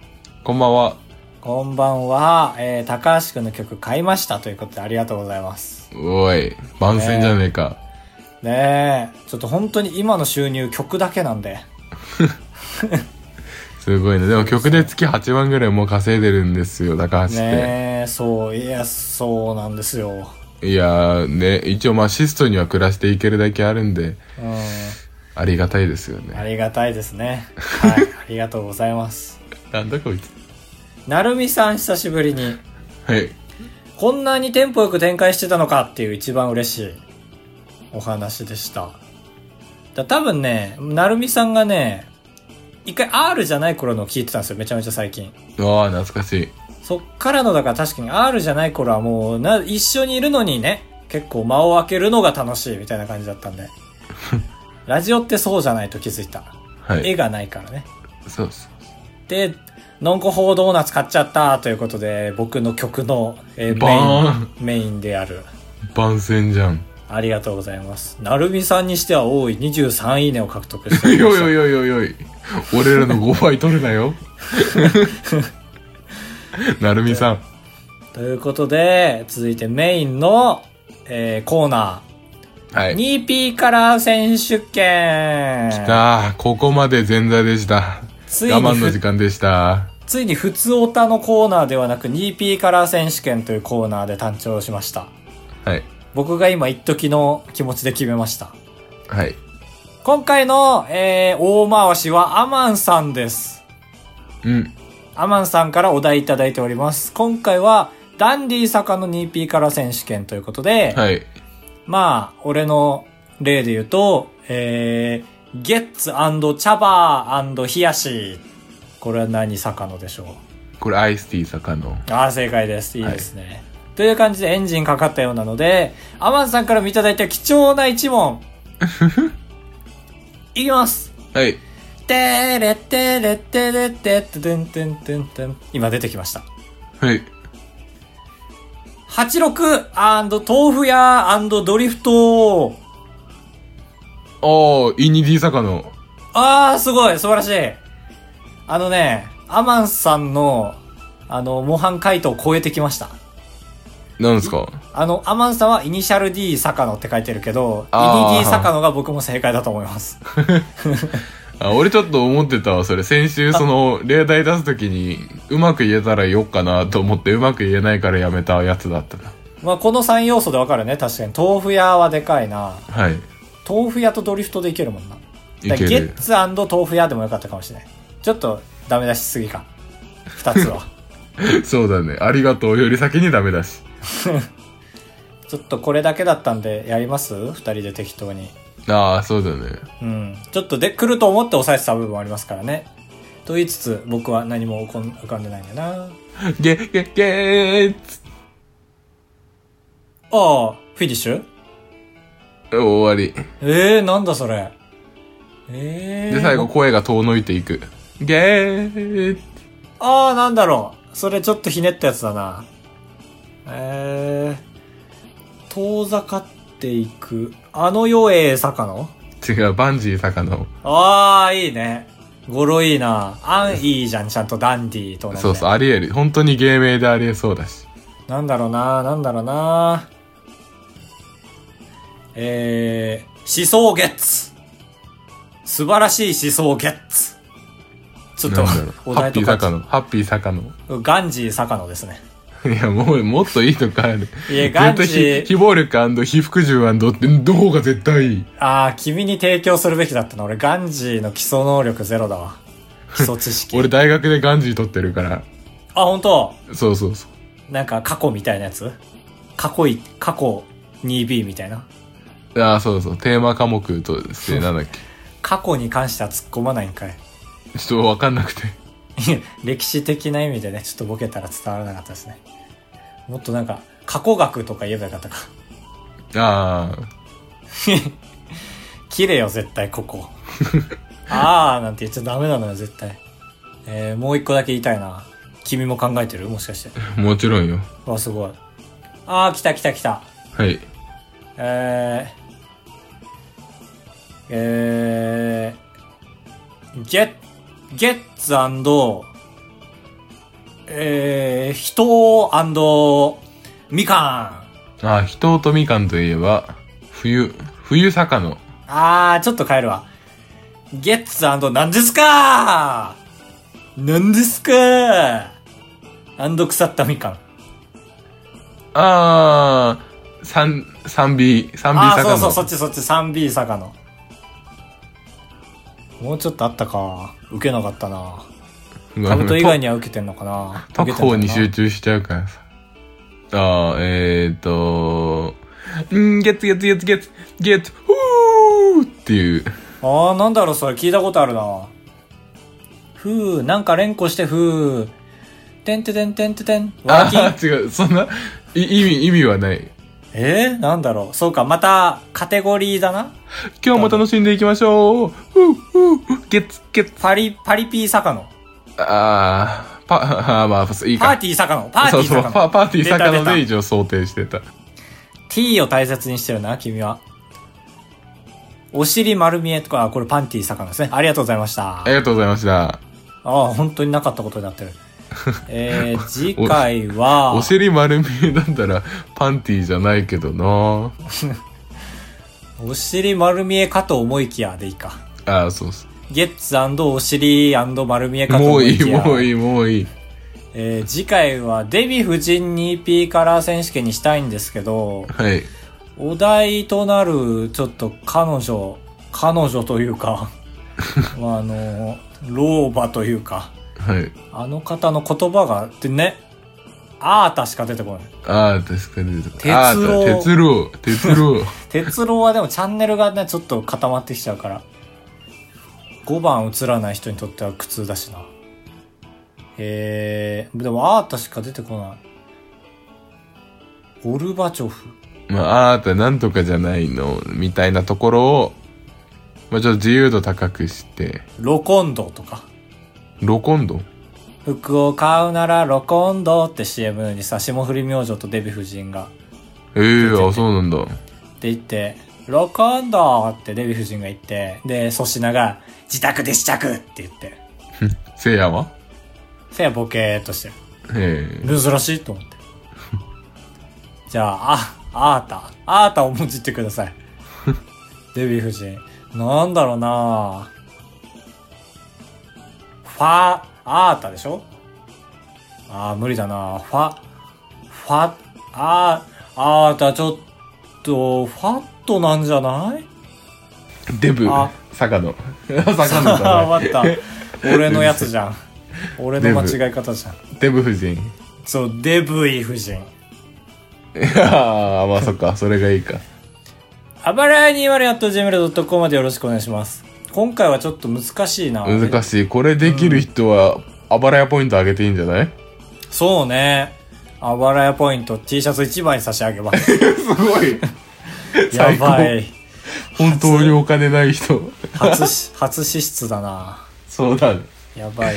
[SPEAKER 2] こんばんは。
[SPEAKER 1] こんばんは、えー高橋くんの曲買いましたということでありがとうございます
[SPEAKER 2] おい、番宣じゃねえか。
[SPEAKER 1] ねえちょっと本当に今の収入曲だけなんです
[SPEAKER 2] ごいね。でも曲で月8万ぐらいもう稼いでるんですよ、高橋って。
[SPEAKER 1] ねえそういやそうなんですよ
[SPEAKER 2] いやーね、一応まあシストには暮らしていけるだけあるんで、
[SPEAKER 1] うん
[SPEAKER 2] ありがたいですよ
[SPEAKER 1] あ
[SPEAKER 2] ね。
[SPEAKER 1] りがたいですねはいありがとうございます
[SPEAKER 2] なんだこいつ。
[SPEAKER 1] なるみさん久しぶりに
[SPEAKER 2] はい。
[SPEAKER 1] こんなにテンポよく展開してたのかっていう一番嬉しいお話でした。だ多分ね、なるみさんがね、一回 R じゃない頃のを聞いてたんですよ。めちゃめちゃ最近。
[SPEAKER 2] ああ、懐かしい。
[SPEAKER 1] そっからの、だから確かに R じゃない頃はもうな、一緒にいるのにね、結構間を空けるのが楽しいみたいな感じだったんで。ラジオってそうじゃないと気づいた。
[SPEAKER 2] はい
[SPEAKER 1] 絵。がないからね。
[SPEAKER 2] そうっす。
[SPEAKER 1] で、ノンコホードーナツ買っちゃったということで、僕の曲の、えーメ
[SPEAKER 2] バーン
[SPEAKER 1] イン、メインである。
[SPEAKER 2] 番宣じゃん。
[SPEAKER 1] ありがとうございます。なるみさんにしては多い23いいねを獲得してお
[SPEAKER 2] おい
[SPEAKER 1] りまし
[SPEAKER 2] お
[SPEAKER 1] た
[SPEAKER 2] <laughs> いおいおいおいおい。俺らの5倍取るな <laughs> よ。なるみさん。
[SPEAKER 1] ということで、続いてメインの、えーコーナ
[SPEAKER 2] は
[SPEAKER 1] ー。
[SPEAKER 2] い。
[SPEAKER 1] 2P から選手権
[SPEAKER 2] ああ、ここまで前座でした。
[SPEAKER 1] つい
[SPEAKER 2] 我
[SPEAKER 1] に
[SPEAKER 2] 慢の
[SPEAKER 1] ふ
[SPEAKER 2] 時間でした。
[SPEAKER 1] ついに普通オタのコーナーではなく 2P カラー選手権というコーナーで誕生しました。
[SPEAKER 2] はい。
[SPEAKER 1] 僕が今一時の気持ちで決めました。
[SPEAKER 2] はい。
[SPEAKER 1] 今回の、えー、大回しはアマンさんです。
[SPEAKER 2] うん。
[SPEAKER 1] アマンさんからお題いただいております。今回は、ダンディ坂の 2P カラー選手権ということで、
[SPEAKER 2] はい。
[SPEAKER 1] まあ、俺の例で言うと、えー、ゲッツチャバーヒヤシこれは何坂野でしょう
[SPEAKER 2] これアイスティー坂の。
[SPEAKER 1] ああ、正解です。いいですね。という感じでエンジンかかったようなので、アマンさんから見ただいた貴重な一
[SPEAKER 2] <laughs>
[SPEAKER 1] 問。いきます。
[SPEAKER 2] はい。
[SPEAKER 1] てれてれてれてててんてんてんてん。今出てきました。
[SPEAKER 2] はい。
[SPEAKER 1] 86& 豆腐屋ドリフト。
[SPEAKER 2] おー、イニディ坂の。
[SPEAKER 1] あー、すごい、素晴らしい。あのね、アマンさんの、あの、模範回答を超えてきました。
[SPEAKER 2] なんですか
[SPEAKER 1] あの、アマンさんはイニシャル D 坂野って書いてるけど、イ
[SPEAKER 2] あー
[SPEAKER 1] ニ D 坂野が僕も正解だと思います。
[SPEAKER 2] あ俺ちょっと思ってたわ、それ。先週、その、例題出すときに、うまく言えたらよっかなと思って、うまく言えないからやめたやつだったな。
[SPEAKER 1] まあ、この3要素でわかるね、確かに。豆腐屋はでかいな。
[SPEAKER 2] はい。
[SPEAKER 1] 豆腐屋とドリフトでいけるもんな。だ
[SPEAKER 2] い
[SPEAKER 1] か
[SPEAKER 2] け
[SPEAKER 1] らゲッ
[SPEAKER 2] る。
[SPEAKER 1] ツ豆腐屋でもよかったかもしれない。ちょっとダメ出しすぎか。二つ
[SPEAKER 2] <laughs>
[SPEAKER 1] は。
[SPEAKER 2] そうだね。ありがとうより先にダメだし。
[SPEAKER 1] ちょっとこれだけだったんでやります二人で適当に。
[SPEAKER 2] ああ、そうだね。
[SPEAKER 1] うん。ちょっとで、来ると思って抑えてた部分もありますからね。と言いつつ、僕は何も浮かん浮かんでないんだな。
[SPEAKER 2] ゲ、ゲ、ゲーつ
[SPEAKER 1] ああ、フィニッシュ
[SPEAKER 2] 終わり。
[SPEAKER 1] ええー、なんだそれ。ええー。
[SPEAKER 2] で、最後、。声が遠のいていく。ゲー
[SPEAKER 1] ああ、なんだろう。それちょっとひねったやつだな。ええー。遠ざかっていく。あの世へ坂野
[SPEAKER 2] 違う、バンジー坂の。
[SPEAKER 1] ああ、いいね。語呂いいな。アンいいじゃん、ちゃんとダンディーと同じで
[SPEAKER 2] そうそう、ありえる。本当に芸名でありえそうだし。
[SPEAKER 1] なんだろうな、なんだろうな。えー、思想ゲッツ。素晴らしい思想ゲッツ。ちょっと
[SPEAKER 2] なんだろ、う
[SPEAKER 1] お
[SPEAKER 2] ハ
[SPEAKER 1] 題
[SPEAKER 2] ッピ
[SPEAKER 1] と
[SPEAKER 2] ー
[SPEAKER 1] か
[SPEAKER 2] 坂の。ハッピー坂の。
[SPEAKER 1] ガンジー坂野ですね。
[SPEAKER 2] いや、もう、もっといいとこある。
[SPEAKER 1] いや、ガ
[SPEAKER 2] 絶
[SPEAKER 1] ンジ
[SPEAKER 2] 対非
[SPEAKER 1] ー、
[SPEAKER 2] 非暴力非服従って、どこが絶対いい。
[SPEAKER 1] ああ、君に提供するべきだったの。俺、ガンジーの基礎能力ゼロだわ。基礎知識。
[SPEAKER 2] 俺大学でガンジー取ってるから。
[SPEAKER 1] あ、本当
[SPEAKER 2] そうそうそう。
[SPEAKER 1] なんか過去みたいなやつ過去い、過去 2B みたいな。
[SPEAKER 2] ああ、そうそう。テーマ科目として、なんだっけ。
[SPEAKER 1] 過去に関しては突っ込まないんかい。
[SPEAKER 2] ちょっとわかんなくて。
[SPEAKER 1] いや歴史的な意味でね、ちょっとボケたら伝わらなかったですね。もっとなんか、過去学とか言えばよかったか。
[SPEAKER 2] あ
[SPEAKER 1] 綺麗よ、絶対、ここ。あーなんて言っちゃダメなのよ、絶対。えー、もう一個だけ言いたいな。君も考えてるもしかして。
[SPEAKER 2] あ、もちろんよ。
[SPEAKER 1] わ、すごい。あー、来た来た来た。
[SPEAKER 2] はい。
[SPEAKER 1] えー、えー、ゲッ、ゲッツえー、人みかん。
[SPEAKER 2] ああ、人とみかんといえば、冬、冬坂の。
[SPEAKER 1] あー、ちょっと変えるわ。ゲッツなんですかなんですかアンド腐ったみかん。
[SPEAKER 2] ああ、三、三 B、三 B
[SPEAKER 1] あー、
[SPEAKER 2] 坂
[SPEAKER 1] そう
[SPEAKER 2] の。
[SPEAKER 1] そう、そっちそっち、3B 坂の。もうちょっとあったか。受けなかったな。
[SPEAKER 2] うわ
[SPEAKER 1] カブト以外には受けてんのかな
[SPEAKER 2] と
[SPEAKER 1] 受け
[SPEAKER 2] 特
[SPEAKER 1] てんの
[SPEAKER 2] 報
[SPEAKER 1] かな
[SPEAKER 2] に集中しちゃうからさ。ああ、えーと、んーゲッツゲッツゲッツゲッツ、ゲッツ、ふーっていう。
[SPEAKER 1] あー、なんだろう、それ聞いたことあるな。ふう、なんか連呼してふう。てんててんてんててん。ワーキン
[SPEAKER 2] あ。ー違う、そんな、い意味、意味はない。
[SPEAKER 1] えー、なんだろう。そうか、また、カテゴリーだな。
[SPEAKER 2] 今日も楽しんでいきましょうふーふーゲッツゲッツ。
[SPEAKER 1] パリ、パリピー坂野。
[SPEAKER 2] ああ、パ、あーまあ、いい
[SPEAKER 1] パ
[SPEAKER 2] か
[SPEAKER 1] ー。ティー坂野。パーテ
[SPEAKER 2] そ
[SPEAKER 1] ィ
[SPEAKER 2] う
[SPEAKER 1] ー
[SPEAKER 2] そう、
[SPEAKER 1] 坂
[SPEAKER 2] パ
[SPEAKER 1] 野。
[SPEAKER 2] パーティー坂
[SPEAKER 1] 出
[SPEAKER 2] の
[SPEAKER 1] た
[SPEAKER 2] で
[SPEAKER 1] 出た
[SPEAKER 2] 一応想定してた。
[SPEAKER 1] T を大切にしてるな、君は。お尻丸見えとか、あ、これパンティー坂野ですね。ありがとうございました。
[SPEAKER 2] ありがとうございました。
[SPEAKER 1] ああ、本当になかったことになってる。
[SPEAKER 2] <laughs>
[SPEAKER 1] えー、次回は。
[SPEAKER 2] お尻丸見えだったら、パンティーじゃないけどな
[SPEAKER 1] お尻丸見えかと思いきやでいいか。
[SPEAKER 2] ああ、そうそう。
[SPEAKER 1] ゲッツお尻丸見えかと
[SPEAKER 2] も
[SPEAKER 1] 思
[SPEAKER 2] うい
[SPEAKER 1] い
[SPEAKER 2] い、
[SPEAKER 1] きや
[SPEAKER 2] もういい、もういい。
[SPEAKER 1] えー次回はデヴィ夫人 2P カラー選手権にしたいんですけど、
[SPEAKER 2] はい。
[SPEAKER 1] お題となる、ちょっと彼女、彼女という
[SPEAKER 2] <laughs>
[SPEAKER 1] か、まああの、老婆というか、
[SPEAKER 2] はい。
[SPEAKER 1] あの方の言葉が、でね、あーたしか出てこない。
[SPEAKER 2] ああ、確かに。
[SPEAKER 1] 鉄郎
[SPEAKER 2] あー鉄郎。鉄郎。 <laughs>
[SPEAKER 1] 鉄郎はでもチャンネルがね、ちょっと固まってきちゃうから。5番映らない人にとっては苦痛だしな。えー、でもあーたしか出てこない。ゴルバチョフ。
[SPEAKER 2] まあ、あーたなんとかじゃないの、みたいなところを、まあ、ちょっと自由度高くして、
[SPEAKER 1] ロコンドとか。
[SPEAKER 2] ロコンド
[SPEAKER 1] 服を買うならロコンドって CM にさ、霜降り明星とデヴィ夫人が。
[SPEAKER 2] ええー、あ、そうなんだ。
[SPEAKER 1] って言って、ロコンドってデヴィ夫人が言って、で、粗品が、自宅で試着って言って。
[SPEAKER 2] せいやは
[SPEAKER 1] せやボケーっとしてる。
[SPEAKER 2] え
[SPEAKER 1] 珍しいと思って。じゃあ、あ、あーた。あーたをもじってくださ
[SPEAKER 2] <laughs>
[SPEAKER 1] い。デヴィ夫人。なんだろうなファ、あーたでしょあー、無理だなファ、ファ、あー、あーたちょっと、ファットなんじゃない
[SPEAKER 2] えデブ
[SPEAKER 1] あ、
[SPEAKER 2] 坂野。 <laughs> 坂野
[SPEAKER 1] あー、
[SPEAKER 2] だ、ね。
[SPEAKER 1] 待った。俺のやつじゃん。俺の間違い方じゃん。
[SPEAKER 2] デブ夫人。 <laughs>
[SPEAKER 1] そう、デブイ夫人。
[SPEAKER 2] ああ、まあそっか、それがいいか。
[SPEAKER 1] あばらや 204.gmail.com までよろしくお願いします。今回はちょっと難しいな。
[SPEAKER 2] 難しい。これできる人は、あばらやポイント上げていいんじゃない
[SPEAKER 1] そうね。あばらやポイント T シャツ1枚差し上げます。
[SPEAKER 2] すごい。
[SPEAKER 1] や
[SPEAKER 2] <laughs> 最高
[SPEAKER 1] ばい。
[SPEAKER 2] 本当にお金ない人。
[SPEAKER 1] 初し、初支出だな。
[SPEAKER 2] そうだね。
[SPEAKER 1] やばいな。っ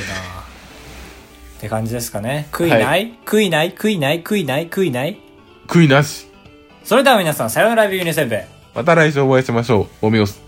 [SPEAKER 1] て感じですかね。悔いない、悔いない悔いない悔いない悔いない
[SPEAKER 2] 悔いなし。
[SPEAKER 1] それでは皆さん、さよならビューニセンベイ。
[SPEAKER 2] また来週お会いしましょう。おみおす。